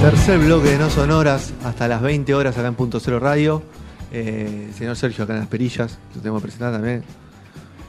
Tercer bloque de No Sonoras, hasta las 20 horas acá en Punto Cero Radio. Eh, señor Sergio acá en Las Perillas, lo tengo que presentar también.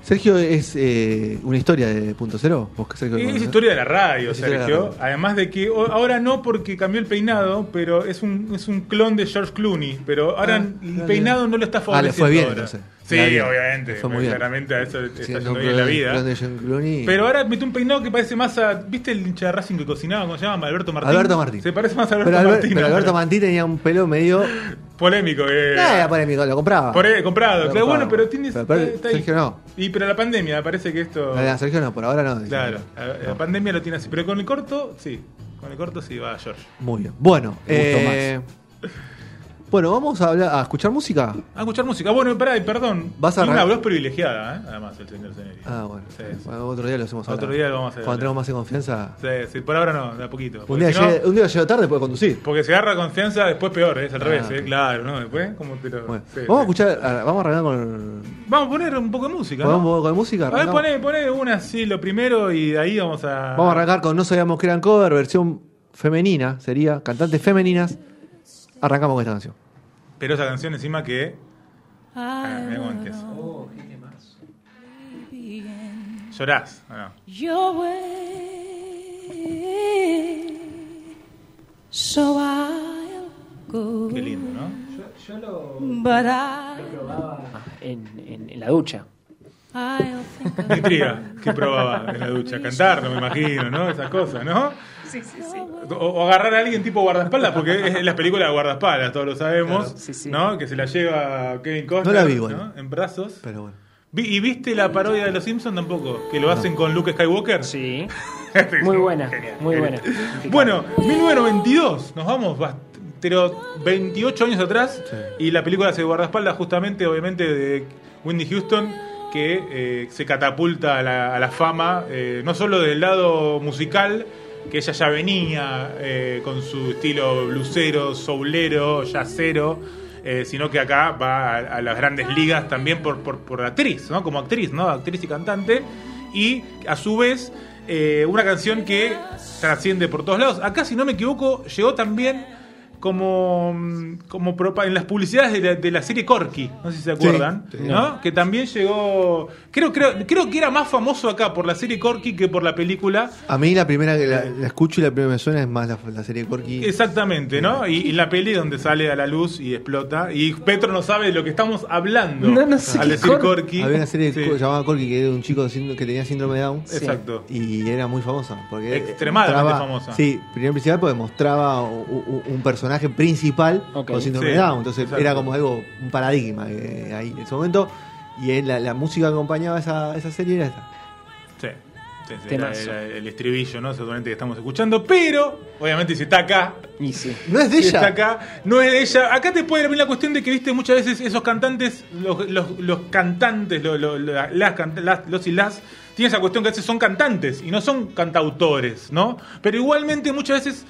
Sergio es eh, una historia de Punto Cero. ¿Vos, Sergio, Y lo es conocés? historia de la radio, Es historia de la Sergio. radio. Además de que o- ahora no porque cambió el peinado, pero es un, es un clon de George Clooney. Pero ahora Ah, el claro. bien. no lo Ah, está le favoreciendo. fue bien, ahora. entonces. Sí, Le va bien. obviamente. pues, Le fue muy bien. Claramente a eso le está Siendo yendo un bien la clon- clon vida. de John Clooney. Pero ahora mete un peinado que parece más a. ¿Viste el hincha de Racing que cocinaba? ¿Cómo se llama? Alberto Martín. Alberto Martín. Se parece más a Alberto Pero Albert- Martín. pero ahora. Alberto Martín tenía un pelo medio. Polémico. eh. Nada, era polémico, lo compraba. Por ahí, comprado. Lo Claro, compraba. bueno, pero tienes. Pero, pero está ahí. Sergio no. Y pero la pandemia, parece que esto. No, no, Sergio no, por ahora no. Claro, la, la No. pandemia lo tiene así. Pero con el corto, sí. Con el corto sí va George. Muy bien. Bueno, Me gustó eh, bueno, vamos a, hablar, a escuchar música. A escuchar música. Bueno, pará, y perdón. Vas a Tiene una arran- voz privilegiada, ¿eh? Además, el señor Zeneri. Ah, bueno. Sí, sí. Bueno, Otro día lo hacemos Otro ahora. día lo vamos a hacer, Cuando dale. tenemos más en confianza. Sí, sí, por ahora no, de a poquito. Un Porque día, si no- llego, un día llego tarde, puedo conducir. porque si agarra confianza, después peor, ¿eh? es al Ah, revés, ok. ¿eh? claro, ¿no? Después, como te lo. Bueno, sí, vamos a sí. escuchar, a- vamos a arrancar con, Vamos a poner un poco de música. con- ¿no? con música. A ver, arrancamos. poné, poné una así, lo primero, y de ahí vamos a. Vamos a arrancar con No Sabíamos que eran cover, versión femenina, sería, cantantes femeninas. Arrancamos con esta canción. Pero esa canción encima que. eh, Ah, mirá cómo I empieza. began Llorás. Ah, ¿o no? your way, so I'll go. Qué lindo, ¿no? But I, Ah, En, en- en la ducha. I'll think Me intriga. ¿Qué probaba en la ducha? Cantar, no me imagino, ¿no? Esas cosas, ¿no? O, o agarrar a alguien tipo guardaespaldas, porque es en las películas de guardaespaldas, todos lo sabemos, Claro, sí, sí. ¿no? Que se la lleva Kevin Costner No la vi, bueno. ¿no? en brazos. Pero bueno. Vi- ¿Y viste la parodia de Los Simpsons tampoco? Que lo hacen con Luke Skywalker. Sí. Este es Muy un- buena, genial, muy genial. buena. Bueno, 1922, nos vamos bast- pero 28 años atrás y la película se guardaespaldas justamente, obviamente, de Wendy Houston que eh, se catapulta a la, a la fama, eh, no solo del lado musical, que ella ya venía eh, con su estilo blusero, soulero, jazzero, eh, sino que acá va a, a las grandes ligas también por, por, por actriz, ¿no? Como actriz, ¿no? Actriz y cantante y a su vez eh, una canción que trasciende por todos lados. Acá, si no me equivoco, llegó también como, mm, como propa- en las publicidades de la, de la serie Corky, no sé si se acuerdan, sí. ¿no? Que también llegó, creo, creo, creo que era más famoso acá por la serie Corky que por la película. A mí la primera que la, la escucho y la primera que me suena es más la, la serie Corky. Exactamente, ¿no? Y, y la peli donde sale a la luz y explota. Y Petro no sabe de lo que estamos hablando No, no sé al qué decir Corky. Corky. Había una serie Sí, co- llamada Corky que era de un chico sínd- que tenía síndrome de Down. Exacto. Y era muy famosa. Porque Extremadamente mostraba- famosa. Sí, primero y principal porque mostraba u- u- un personaje principal Ok. con síndrome Sí, de Down. Entonces exacto. era como algo, un paradigma eh, ahí en ese momento. Y él- la, la música que acompañaba esa, esa serie era esta. Sí. sí, sí, Temazo. era- era el estribillo, ¿no? Seguramente que estamos escuchando. Pero, obviamente, si está acá. Y sí. No es de Si está ella. acá, no es de ella. Acá te puede venir la cuestión de que, viste, muchas veces esos cantantes, los, los- los cantantes, lo- lo- la- las, cant- las- los y las, tienen esa cuestión que a veces son cantantes y no son cantautores, ¿no? Pero igualmente muchas veces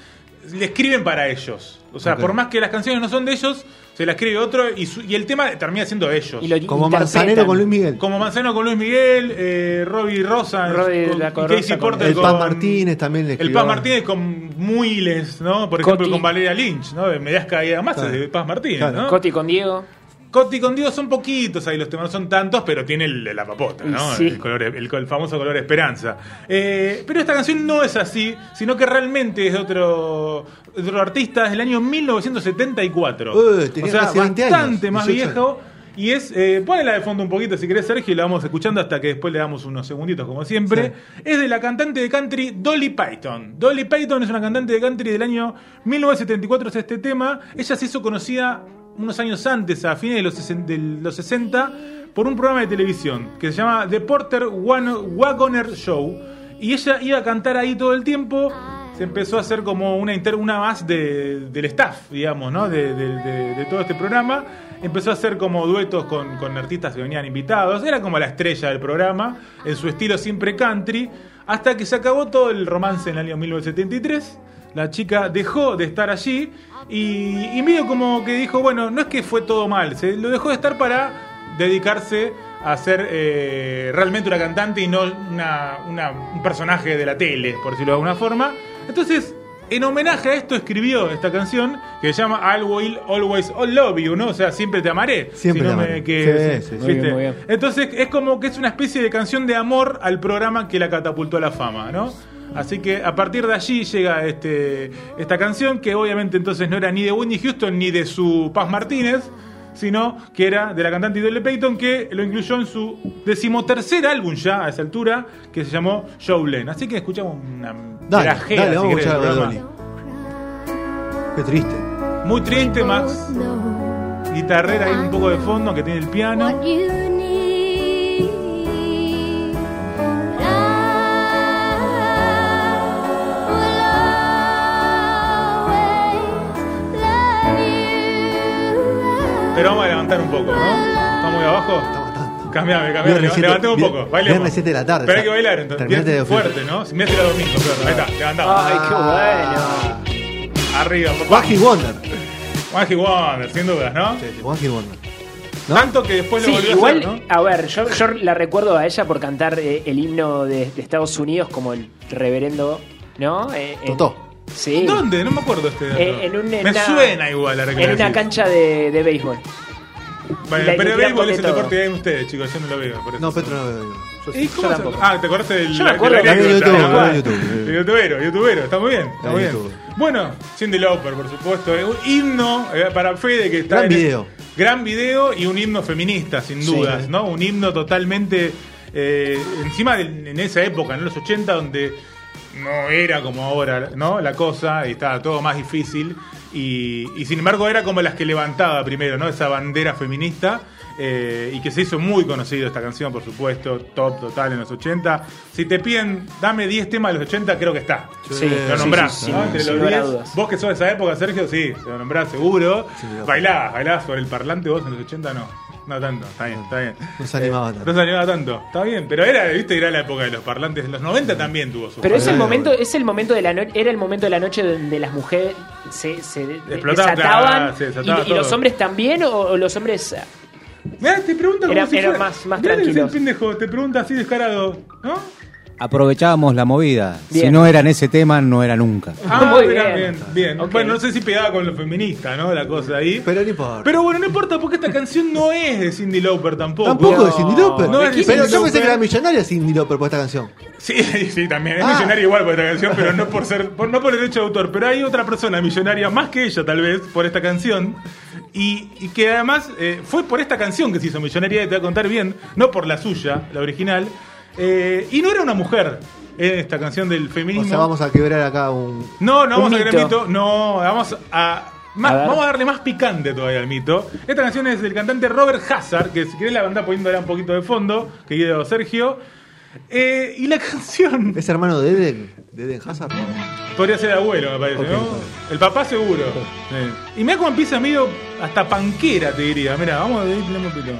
le escriben para ellos. O sea, Ok. por más que las canciones no son de ellos, se la escribe otro y, su- y el tema termina siendo de ellos. Y lo Como interpretan. Manzanero con Luis Miguel. Como Manzano con Luis Miguel, eh, Robbie Rosa, Robbie con- la y Corosa Casey con- Porter El con- Pan Martínez también le El escribió. Paz Martínez con Muiles, ¿no? Por Coti. ejemplo, con Valeria Lynch, ¿no? De Medias Caídas Más Claro. de Paz Martínez, Claro. ¿no? Coti con Diego. Coti con Dios son poquitos ahí, los temas no son tantos, pero tiene el, la papota, ¿no? Sí. El, color- el- el famoso color esperanza. Eh, pero esta canción no es así, sino que realmente es de otro, de otro artista, es del año 1974. Eh, tenía casi 20 años, bastante más 18 viejo. Y es, eh, ponela de fondo un poquito si querés, Sergio, y la vamos escuchando hasta que después le damos unos segunditos, como siempre. Es de la cantante de country Dolly Python. Dolly Python es una cantante de country del año 1974, es este tema. Ella se hizo conocida unos años antes, a fines de los, sesen- de los 60, por un programa de televisión que se llama The Porter Wan- Wagoner Show. Y ella iba a cantar ahí todo el tiempo. Se empezó a hacer como una, inter- una más de- del staff, digamos, ¿no? De, de- de- de todo este programa. Empezó a hacer como duetos con, con artistas que venían invitados. Era como la estrella del programa, en su estilo siempre country. Hasta que se acabó todo el romance en el año 1973 la chica dejó de estar allí y, y medio como que dijo, bueno, no es que fue todo mal, se lo dejó de estar para dedicarse a ser eh, realmente una cantante y no una- una- un personaje de la tele, por decirlo de alguna forma. Entonces, en homenaje a esto escribió esta canción que se llama I Will Always Love You, ¿no? O sea, siempre te amaré. Siempre Si te no me- amaré. que- Sí, sí, sí. Muy bien, ¿viste? muy bien. Entonces es como que es una especie de canción de amor al programa que la catapultó a la fama, ¿no? Así que a partir de allí llega este, esta canción que obviamente entonces no era ni de Wendy Houston ni de su Paz Martínez, sino que era de la cantante Dolly Payton que lo incluyó en su decimotercer álbum ya a esa altura que se llamó Showland. Así que escuchamos una Dale, trajera, dale, si vamos a querés, escuchar del a programa. Dolly. Qué triste. Muy triste Max, know guitarrera ahí un poco de fondo que tiene el piano. what you need. But I will always love you. Pero vamos a levantar un poco, ¿no? Está muy abajo. Estamos tanto. Cambiame, cambiame, Viernes leva- siete- levantemos un vier- poco, bailemos. viernes siete de la tarde, Pero ya. hay que bailar entonces. Terminate de Bien ofrecer. fuerte, ¿no? Si me hace la domingo, claro. Ahí está, levantamos. Ah. Arriba, papá. One Hit Wonder. Magic Wonder, sin dudas, ¿no? One Hit Wonder. ¿No? Tanto que después lo Sí, volvió igual, a hacer, ¿no? a ver, yo, yo la recuerdo a ella por cantar eh, el himno de, de Estados Unidos como el reverendo, ¿no? Eh, en- Totó. Sí. ¿Dónde? No me acuerdo este dato. Eh, en un- en me una- suena igual a En una cancha de, de béisbol. Bueno, la- pero la- el béisbol la- es el todo. deporte que ven ustedes, chicos. Yo no lo veo. por eso. No, Petro no veo. ¿Y cómo se- Yo tampoco. Ah, ¿te acordaste del Yo me acuerdo del de- anécdota, Dame YouTube, ¿no? dame YouTube. De Youtubero, youtubero, está muy bien, está Dame muy bien. YouTube. Bueno, Cindy Lauper, por supuesto, es un himno eh, para Fede que está Gran en el- video. gran video y un himno feminista, sin dudas, ¿no? Un himno totalmente eh, encima de- en esa época, en los 80 donde no era como ahora, ¿no? La cosa y estaba todo más difícil y, y sin embargo era como las que levantaba primero, ¿no? Esa bandera feminista eh, y que se hizo muy conocido esta canción, por supuesto, top total en los 80. Si te piden, dame 10 temas de los 80, creo que está. Sí, Lo sí, nombrás, sí, sí, ¿no? sí, Entre sin los lugar a 10. dudas. Vos que sos de esa época, Sergio, sí, lo nombrás seguro. claro. bailabas, bailabas sobre el parlante vos en los 80, no. No tanto, está bien, está bien. No se animaba tanto. Eh, No se animaba tanto, está bien. Pero era, viste, era la época de los parlantes. En los 90 también tuvo su Pero es el Bueno, momento, bueno. es el momento de la noche, era el momento de la noche donde las mujeres se, se de- Explotaban, desataban ah, se y- desataba y, los todo. hombres también o, o los hombres ah, Mirá, te pregunta como Era- si era fuera- más- más Mirá, tranquilos. el pendejo, te pregunta así descarado, ¿no? Aprovechábamos la movida. Bien. Si no era en ese tema, no era nunca. Muy Ah, mirá, bien. bien, bien. Ok. Bueno, no sé si pegaba con lo feminista, ¿no? La cosa ahí. Pero no importa. Pero bueno, no importa porque esta canción no es de Cindy Lauper tampoco. Tampoco de Cindy Lauper. No, es de pero Cyndi yo pensé que Lauper. era millonaria Cindy Lauper por esta canción. Sí, sí, también. Es Ah. millonaria igual por esta canción, pero no por ser, por- no por el hecho de autor. Pero hay otra persona millonaria más que ella, tal vez, por esta canción. Y, y que además eh, fue por esta canción que se hizo millonaria, y te voy a contar bien, no por la suya, la original. Eh, y no era una mujer en esta canción del feminismo. O sea, vamos a quebrar acá un. No, no Un vamos a ver el mito. mito. No, vamos a. más- A ver. vamos a darle más picante todavía al mito. Esta canción es del cantante Robert Hazard, que si querés la banda poniéndola un poquito de fondo, querido Sergio. Eh, y la canción ¿Es hermano de Eden? ¿De Eden Hazard? podría ser abuelo, me parece, Ok, ¿no? está bien. El papá seguro. Sí. Y mira cómo empieza medio hasta panquera, te diría. Mira, vamos a ver, tenemos pelo.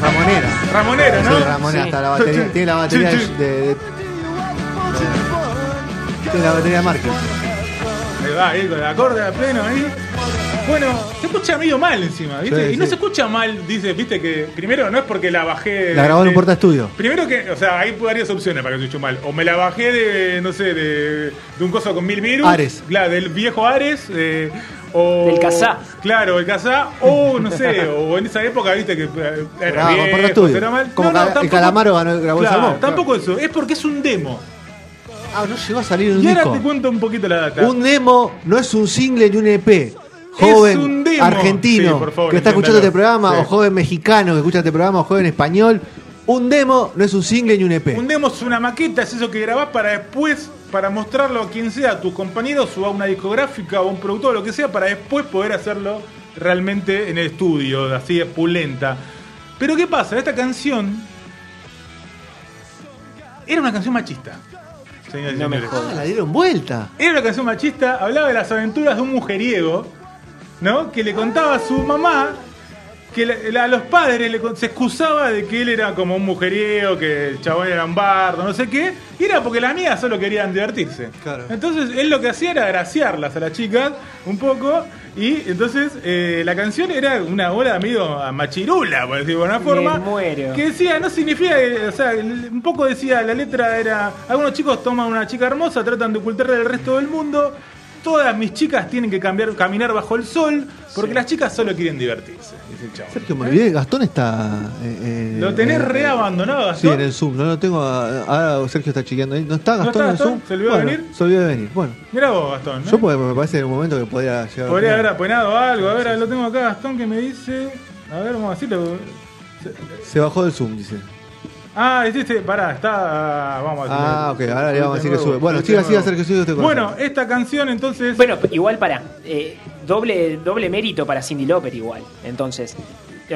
Ramonera. Ramonera, ¿no? Sí, Ramonera, Sí. hasta la batería. Tiene la batería Sí, de, sí. de- de- Tiene la batería de Márquez. Ahí va, ahí con el acorde a pleno ahí. Bueno, se escucha medio mal encima, ¿viste? Sí, y no sí. se escucha mal, dice, viste que primero no es porque la bajé. este, La grabó en de- un porta estudio. Primero que, o sea, hay varias opciones para que se escuche mal. O me la bajé de, no sé, de, de un coso con mil virus. Ares. Claro, del viejo Ares. eh, o, Del Kazá. Claro, el Kazá. O, no sé, o en esa época, viste que eh, era Grababa con viejo, porta estudio. era mal. Como No, no, Cala- el tampoco- Calamaro ganó- grabó el Claro, Salmón. Tampoco eso, es porque es un demo. Ah, no llegó a salir un Y ahora disco. te cuento un poquito la data. Un demo no es un single ni un EP. Joven un demo. argentino Sí, por favor, que está escuchando entiéndalo. este programa, Sí. o joven mexicano que escucha este programa, o joven español. Un demo no es un single ni un E EP. Un demo es una maqueta, es eso que grabás para después, para mostrarlo a quien sea, a tus compañeros o a una discográfica o a un productor, lo que sea, para después poder hacerlo realmente en el estudio, así de pulenta. Pero ¿qué pasa? Esta canción era una canción machista. señoras y No me señores. jodas. Ah, la dieron vuelta. Era una canción machista, hablaba de las aventuras de un mujeriego, ¿no? Que le contaba a su mamá, que le- la- a los padres le con- se excusaba de que él era como un mujeriego, que el chabón era un bardo, no sé qué, y era porque las amigas solo querían divertirse. Claro. Entonces él lo que hacía era graciarlas a las chicas un poco, y entonces eh, la canción era una bola medio machirula, por decirlo de alguna forma. muero. Que decía, no significa, que- o sea, el- un poco decía, la letra era, algunos chicos toman una chica hermosa, tratan de ocultarla del resto del mundo, todas mis chicas tienen que cambiar, caminar bajo el sol, porque las chicas solo quieren divertirse. dice el chabón. Sergio, me olvidé, Gastón está. eh, eh, Lo tenés eh, reabandonado, Sí, Gastón. en el Zoom, no lo tengo. a- Ahora Sergio está chequeando ahí. ¿No está ¿No Gastón en está el Gastón? Zoom? ¿Se olvidó de Bueno, venir? Se olvidó de venir. Bueno, Mirá vos, Gastón. ¿no? yo porque me parece en un momento que podría llegar. a Podría opinar. haber apenado algo. A ver, lo tengo acá, Gastón, que me dice. A ver, vamos a decirlo. Se bajó del Zoom, dice. Ah, es este, pará, está. Vamos a Ah, ok, ahora le vamos a decir que nuevo, sube. Bueno, este siga, siga, nuevo. Sergio, siga usted con Bueno, eso. esta canción entonces. Bueno, p- igual para. eh, doble, doble mérito para Cindy Lauper, igual. Entonces.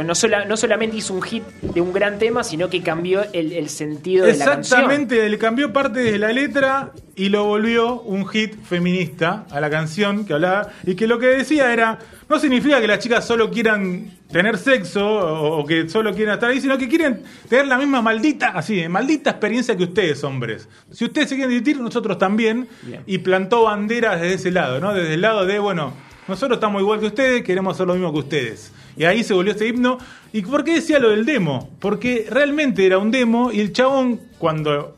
No, sola- no solamente hizo un hit de un gran tema, sino que cambió el, el sentido de la canción. Exactamente, le cambió parte de la letra y lo volvió un hit feminista a la canción que hablaba. Y que lo que decía era: no significa que las chicas solo quieran tener sexo o, o que solo quieran estar ahí, sino que quieren tener la misma maldita, así, maldita experiencia que ustedes, hombres. Si ustedes se quieren divertir, nosotros también. Bien. Y plantó banderas desde ese lado, ¿no? Desde el lado de, bueno. Nosotros estamos igual que ustedes, queremos hacer lo mismo que ustedes. Y ahí se volvió este himno. ¿Y por qué decía lo del demo? Porque realmente era un demo y el chabón, cuando.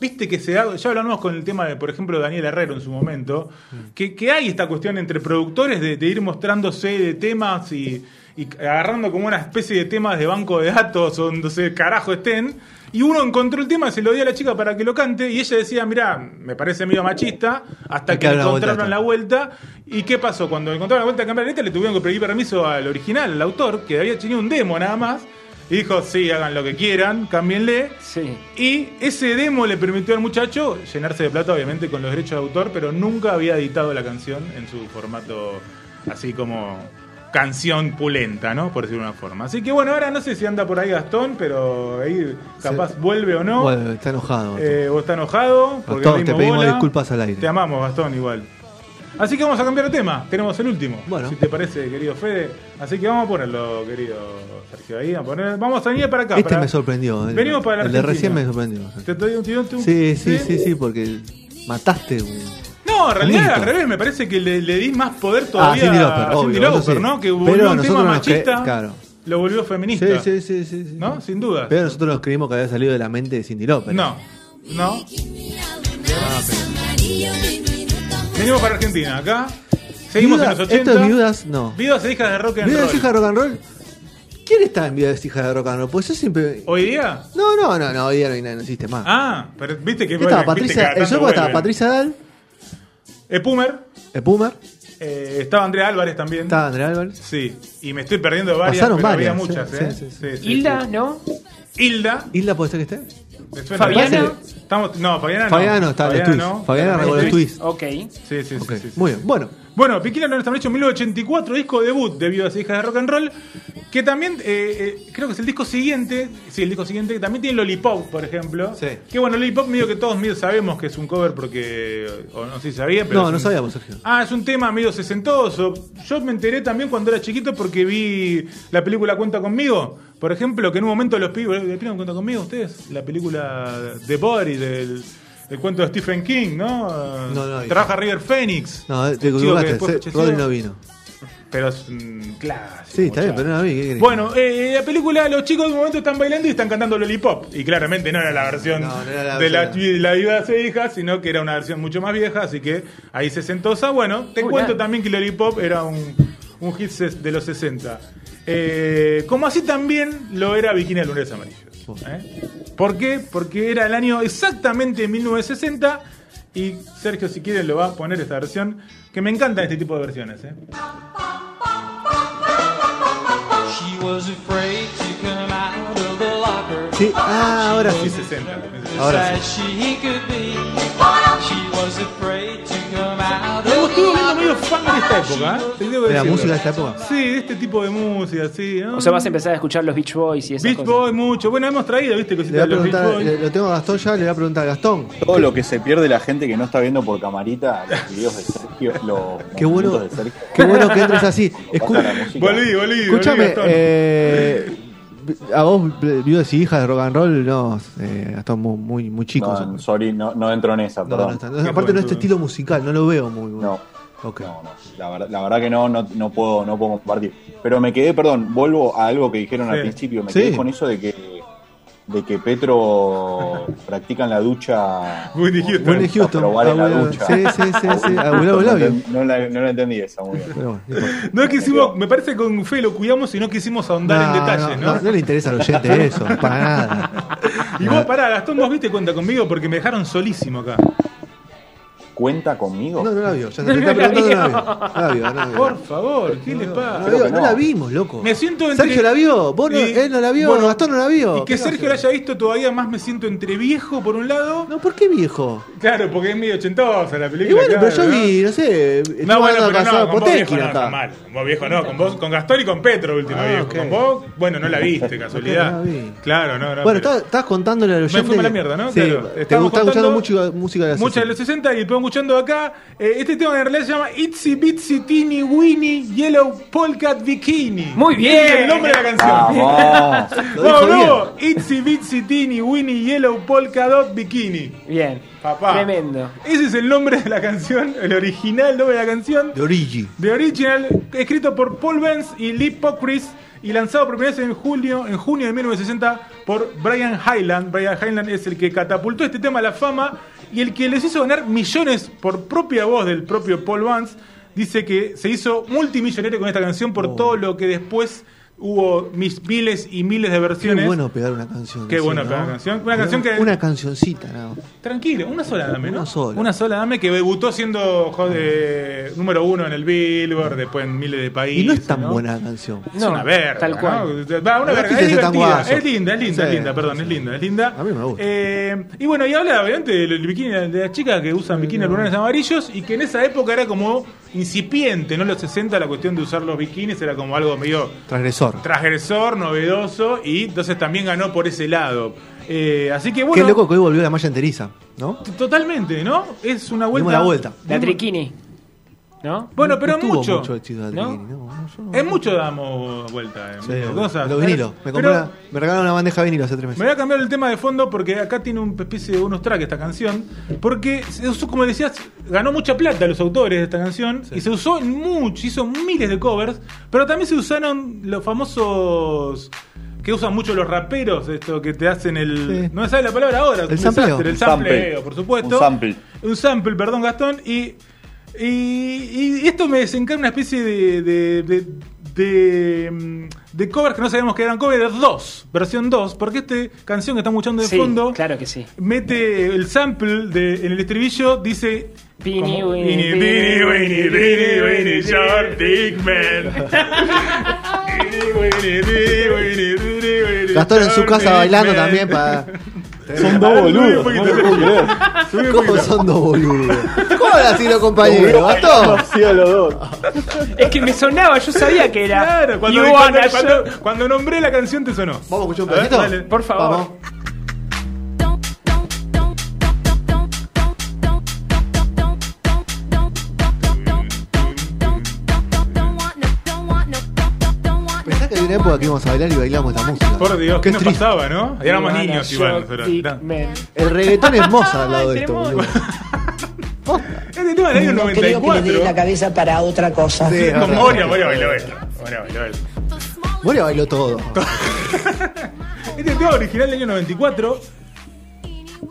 Viste que se da. Ya hablamos con el tema de, por ejemplo, Daniel Herrero en su momento. Mm. Que, que hay esta cuestión entre productores de, de ir mostrándose de temas y, y agarrando como una especie de temas de banco de datos o donde se carajo estén. Y uno encontró el tema, se lo dio a la chica para que lo cante. Y ella decía: Mirá, me parece medio machista. Hasta Hay que que dar una vuelta a encontraron esto. la vuelta. ¿Y qué pasó? Cuando encontraron la vuelta de cambiar la letra, le tuvieron que pedir permiso al original, al autor, que había tenido un demo nada más. Y dijo, sí, hagan lo que quieran, cámbienle. Sí. Y ese demo le permitió al muchacho llenarse de plata, obviamente, con los derechos de autor, pero nunca había editado la canción en su formato así como canción pulenta, ¿no? Por decirlo de una forma. Así que bueno, ahora no sé si anda por ahí Gastón, pero ahí capaz Sí. vuelve o no. Bueno, está enojado. Eh, o está enojado. porque Gastón, le te dimos pedimos bola. disculpas al aire. Te amamos, Gastón, igual. Así que vamos a cambiar de tema. Tenemos el último. Bueno. Si te parece, querido Fede. Así que vamos a ponerlo, querido Sergio. Ahí, vamos a poner- Vamos a venir para acá. este para- me sorprendió. el- Venimos para la El de Argentina. recién me sorprendió. Te doy un tirón, Sí, sí, sí, sí, porque mataste. un- No, en realidad Listo. al revés. Me parece que le, le di más poder todavía Cyndi Ah, Lauper, a Cyndi obvio, eso Lauper, sí. ¿no? Que Pero volvió un tema nosotros nos machista. cre- claro. Lo volvió Sí, feminista. sí, sí, sí, sí. ¿No? Sin duda. Pero nosotros nos creímos que había salido de la mente de Cindy López. No, no. Venimos para Argentina, acá. Seguimos Viudas, en los 80. esto es viudas, no. Viudas e hijas de rock and ¿Viudas roll. hijas de rock and roll? ¿Quién está en Viudas hijas de rock and roll? Pues yo siempre. Hoy día. No, no, no, no, hoy día no, hay nada, no existe más. Ah, pero viste que. ¿Qué estaba? vuelven, viste Patricia, que cada el tanto Zorco estaba vuelven. Patricia Dal, Eh, Pumer. el Pumer, eh, estaba Andrea Álvarez también. estaba André Álvarez. Sí. Y me estoy perdiendo de varias. Pasaron pero había varias, muchas, sí, ¿eh? sí, sí, Sí, sí, Hilda, sí. ¿no? Hilda. ¿Isla puede ser que esté? ¿te suena? Fabiana. Estamos, no, Fabiana no. Fabiano está en los Fabiana Twist. Fabiana no. Fabiana revolvió no. los Twist. Ok. Sí, sí, sí, Ok, sí, sí. Muy bien, bueno. Bueno, Piquila lo estableció en 1984, disco debut de Viudas e Hijas de Rock and Roll, que también, eh, eh, creo que es el disco siguiente, sí, el disco siguiente, que también tiene Lollipop, por ejemplo. Sí. Que bueno, Lollipop medio que todos medio sabemos que es un cover porque, o no sé si sabían, pero... No, es no un- sabíamos, Sergio. Ah, es un tema medio sesentoso. Yo me enteré también cuando era chiquito porque vi la película Cuenta conmigo. Por ejemplo, que en un momento los pibes. ¿Le pidieron cuenta conmigo ustedes? La película The Body, del, del cuento de Stephen King, ¿no? No, no, Trabaja River Phoenix. No, te Chico que equivocaste, después se- falleció. eh, Rodri no vino. Pero es un clásico, Sí, está bien, muchacho. pero no vi. ¿qué querés? Bueno, eh, la película, los chicos de un momento están bailando y están cantando Lollipop. Y claramente no era la versión No, no era la de la, versión. la viuda de seis hijas, sino que era una versión mucho más vieja, así que ahí sesentosa. Bueno, te Uy, cuento nada. también que Lollipop era un, un hit ses- de los 60. Eh, como así también lo era Bikini a Lunes Amarillos. ¿Eh? ¿Por qué? Porque era el año exactamente 1960 y Sergio si quieren lo va a poner esta versión, que me encantan este tipo de versiones. ¿eh? She was afraid to come out of the locker. Sí, ah, ahora Sí, sí. 60. Ahora As she could be. She was afraid to come out Me of the estuve viendo locker. medio fan de esta época. ¿eh? Te debo ¿De la decirlo. música de esta época? Sí, de este tipo de música, sí. ¿no? O sea, vas a empezar a escuchar los Beach Boys y esas Beach cosas. Boy mucho. Bueno, hemos traído, viste, Le voy cositas a de los Beach preguntar, eh, Boys. le- lo tengo a Gastón ya, le voy a preguntar a Gastón. Todo lo que se pierde la gente que no está viendo por camarita, los videos de Sergio, los Qué bueno, momentos de Sergio. qué bueno que entres así. Escu- Pasa la música. Volví, volví. volví, escúchame, Gastón. eh, a vos, viudas y hijas de rock and roll, no, eh, Gastón, muy, muy, muy chico. No, nosotros. sorry, no, no entro en esa, No, no, perdón. está- no, aparte no es tu estilo musical, no lo veo muy bueno. No. Ok. No, no, la, verdad, la verdad que no, no, no puedo, no puedo compartir. Pero me quedé, perdón, vuelvo a algo que dijeron Sí. al principio, me Sí. quedé con eso de que de que Petro practica en la ducha. Winnie Houston. Whitney A Houston. probar en la abuela- ducha. Sí, sí, sí, sí. abuelado No, labio. enten- no la, no la entendí esa muy bien. Pero bueno, no importa. No es que hicimos, me parece que con fe lo cuidamos y no quisimos ahondar en detalles, ¿no? eh, no, no le interesa al oyente eso, para nada. Y vos, pará, Gastón, vos viste cuenta conmigo porque me dejaron solísimo acá. ¿Cuenta conmigo? No, no la vio. Ya te está preguntando, no la vio. No la vio, no la vio. Por favor, ¿qué les No pasa? la vio, que no no. la vimos, loco. Me siento entre- Sergio la vio, vos no, Y- él no la vio, bueno, Gastón no la vio. Y que ¿Qué Sergio la hace? haya visto todavía más me siento entre viejo por un lado. No, ¿por qué viejo? Claro, porque es medio ochentosa la película. Y bueno, claro, pero yo ¿no? vi, no sé, estuve No, bueno, hablando pero pasado no, con vos Poteschi, viejo no, acá. está mal. Con vos viejo no, con vos, con Gastón y con Petro último Ah, viejo. ok. Con vos, bueno, no la viste, no casualidad. la vi. Claro, no, no. Bueno, pero- estabas estabas contándole al oyente. fui para la que- mierda, ¿no? Sí, Claro. te Estábamos gusta escuchando contando mucha música de la Mucha de los 60 y estamos escuchando acá. eh, este tema en realidad se llama Itsy Bitsy Teeny Weeny Yellow Polka Bikini. Muy bien. Es el nombre de la canción. Vamos. Lo dijo Vamos, bien. vamos. Itsy Bitsy Teeny Weeny Yellow Polka Dot Bikini. Bien. Papá. Tremendo. Ese es el nombre de la canción, el original nombre de la canción. De Origi. The Original, escrito por Paul Benz y Lee Pochris y lanzado por primera vez en julio, en junio de 1960 por Brian Hyland. Brian Hyland es el que catapultó este tema a la fama y el que les hizo ganar millones por propia voz del propio Paul Vance. Dice que se hizo multimillonario con esta canción por Oh. todo lo que después hubo mis miles y miles de Qué versiones. bueno pegar una canción. Qué así, bueno ¿no? pegar una canción. Una canción que- Una cancioncita, ¿no? Tranquilo, una sola dame, ¿no? Una sola. Una sola dame que debutó siendo joder, número uno en el Billboard, después en miles de países. Y no es tan ¿no? buena la canción. Es No, una verga. tal cual. ¿no? Va, una No verga. quise Es ser tan divertida, guaso. es linda, es linda, es Sí, linda, perdón, sí. es linda, es linda. A mí me gusta. Eh, y bueno, y habla obviamente del bikini de la chica que usan bikinis lunares amarillos y que en esa época era como incipiente, ¿no? En los 60 la cuestión de usar los bikinis era como algo medio Transgresor. transgresor, novedoso y entonces también ganó por ese lado. Eh, así que bueno. Qué loco que hoy volvió la malla enteriza, ¿no? t- Totalmente, ¿no? Es una vuelta. Dimos la vuelta. La triquini. ¿No? Bueno, pero No tuvo mucho. mucho éxito de ¿no? Adriani, no, yo no- Es mucho damos vuelta. en Sí, muchas obvio. cosas. Los vinilos. Me, Pero- compré una- me regalaron una bandeja de vinilo hace tres Me meses. voy a cambiar el tema de fondo porque acá tiene un especie de unos track esta canción. Porque, se usó, como decías, ganó mucha plata los autores de esta canción y se usó en mucho, hizo miles de covers, pero también se usaron los famosos que usan mucho los raperos, esto que te hacen el. Sí. No me sale la palabra ahora, es un sampleo. desastre, el Un sample. sampleo, por supuesto. Un sample. Un sample, perdón, Gastón. Y, y, y esto me desencadena una especie de. de, de de, mm, de covers que no sabíamos que eran covers 2, versión 2, porque esta canción que estamos escuchando de Sí, fondo claro que sí. mete el sample de, en el estribillo, dice... Pini, como, wini, "Pini, pini, pini, wini, pini, pini, wini, pini, you're big man". Pini, wini, pini, wini, pini, wini, Gastón en su you're casa big bailando man. también para. Son dos boludos. Ah, No lo puedo creer. Subí un ¿Cómo poquito. son dos boludos? ¿Cómo le así los compañeros? Estuvieron bailando Gastón. así a los dos. Es que me sonaba, yo sabía que era. Claro, cuando, You cuando- wanna cuando- show- cuando nombré la canción te sonó. Vamos a escuchar un A ver, pedacito. dale. Por favor. Vamos. Pensá que había una época que íbamos a bailar y bailamos esta música. Por Dios, Qué ¿qué, nos triste. pasaba, no? Y éramos niños You wanna igual. show pero- big no. man. El reggaetón es moza al lado Ay, de esto, tenemos- boludo. Este tema del año No creo que le dé 94. la cabeza para otra cosa. Sí, Sí, es con verdad. Moria, Moria bailó esto. Moria bailó esto. Moria bailó todo. Este tema original del año 94.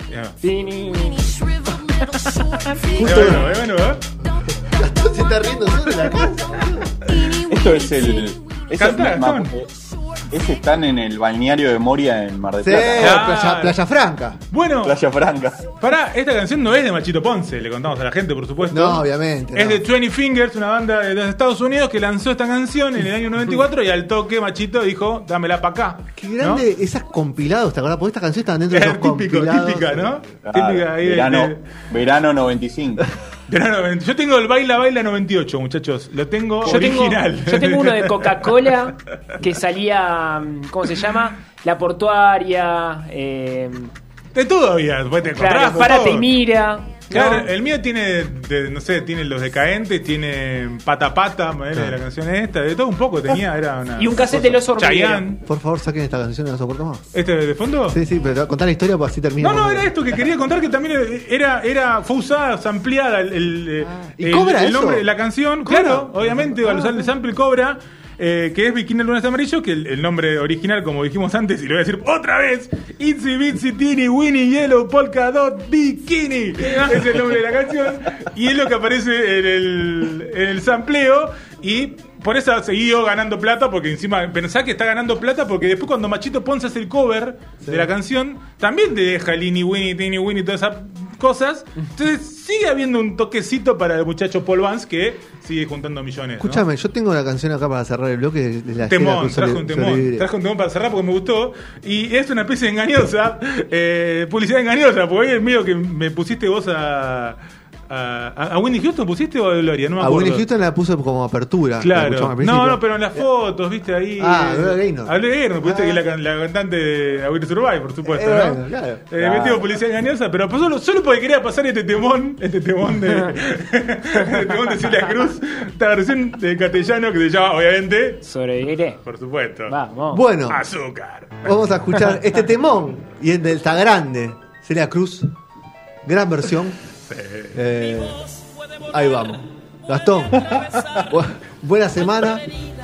Ya. Pini, wini. Justo Eh, bueno, eh, bueno, eh. Gastón se está riendo solo en la casa. Esto es el. Es el Cantá, ma- Gastón. eh, Ese están en el balneario de Moria en Mar del Sí, Plata. Claro. playa, Playa Franca. Bueno, Playa Franca. pará, esta canción no es de Machito Ponce, le contamos a la gente, por supuesto. No, obviamente. Es no. de 20 Fingers, una banda de los Estados Unidos que lanzó esta canción en el año 94 y al toque Machito dijo, dámela para acá. Qué ¿no? grande esas compilados, ¿te acordás? Porque estas canciones estaban dentro de Es los típico, compilados. típica, ¿no? Claro, Típica ahí de- Ah, este verano, de- verano 95. verano 90. Yo tengo el Baila Baila 98, muchachos. Lo tengo Yo tengo, original. yo tengo uno de Coca-Cola que salía, mm, ¿cómo se llama? La portuaria, eh, De todo había. después te encontrás claro, con Párate todo. y mira. ¿no? Claro, el mío tiene, de- no sé, tiene los decadentes, tiene pata pata, madre, de la canción esta, de todo un poco tenía, era una. Y un cassette de los hormigueros. Chayanne. Por favor, saquen esta canción, no la soporto más. ¿Este de fondo? Sí, sí, pero contar la historia para así termina. No, no, era esto que quería contar que también era, era fue usada, ampliada el, el, eh, Ah. ¿y el- cobra el eso? Ah. nombre de la canción. ¿Cobra? Claro, obviamente, al usar el sample cobra, eh, que es Bikini Lunas Amarillo, que el, el nombre original, como dijimos antes, y lo voy a decir otra vez, Itsy Bitsy Teeny Winnie Yellow Polka Dot Bikini. Es el nombre de la canción. Y es lo que aparece en el, en el sampleo. Y por eso siguió ganando plata, porque encima pensá que está ganando plata, porque después cuando Machito Ponce hace el cover de la canción, también te deja el Ini Winnie, Tini Winnie, todas esas cosas. Entonces sigue habiendo un toquecito para el muchacho Paul Vance que sigue juntando millones. ¿no? Escúchame, yo tengo la canción acá para cerrar el bloque de de la Yera, Temón, que trajo un sobre- temón. sobreviviré. Trajo un temón para cerrar porque me gustó. Y es una especie de engañosa, eh, publicidad engañosa, porque hoy es mío que me pusiste vos a. ¿A, a- a Whitney Houston pusiste o a Gloria? No me A acuerdo. Winnie Houston la puso como apertura. la escuchamos Claro. al No, principio. Eh, no, pero en las fotos, viste ahí. Ah, eh, Gloria Gaynor. A Gloria Gaynor, pusiste Ah. que es la, can- la cantante de A Will Survive, por supuesto, Eh, ¿no? bueno, claro. Eh, metido publicidad engañosa, pero pues solo, solo porque quería pasar este temón, este temón de, este temón de Celia Cruz, esta versión de castellano que se llama, obviamente, Sobreviviré. por supuesto. eh, Vamos. Bueno, Ah, Azúcar. vamos a escuchar este temón. Y el del está grande. Celia Cruz. Gran versión. Eh, ahí vamos. Gastón. bu- Buena semana.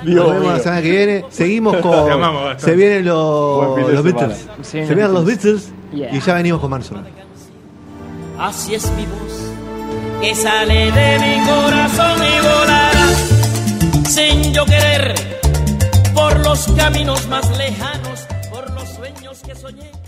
Dios Nos vemos la mío. semana que viene. Seguimos con. Te amamos, Gastón. se vienen los, Buen fin de los semana. Beatles. Se Se vienen vienen los los Beatles. Yeah. Y ya venimos con Manson. Así es mi voz, que sale de mi corazón y volará sin yo querer por los caminos más lejanos, por los sueños que soñé.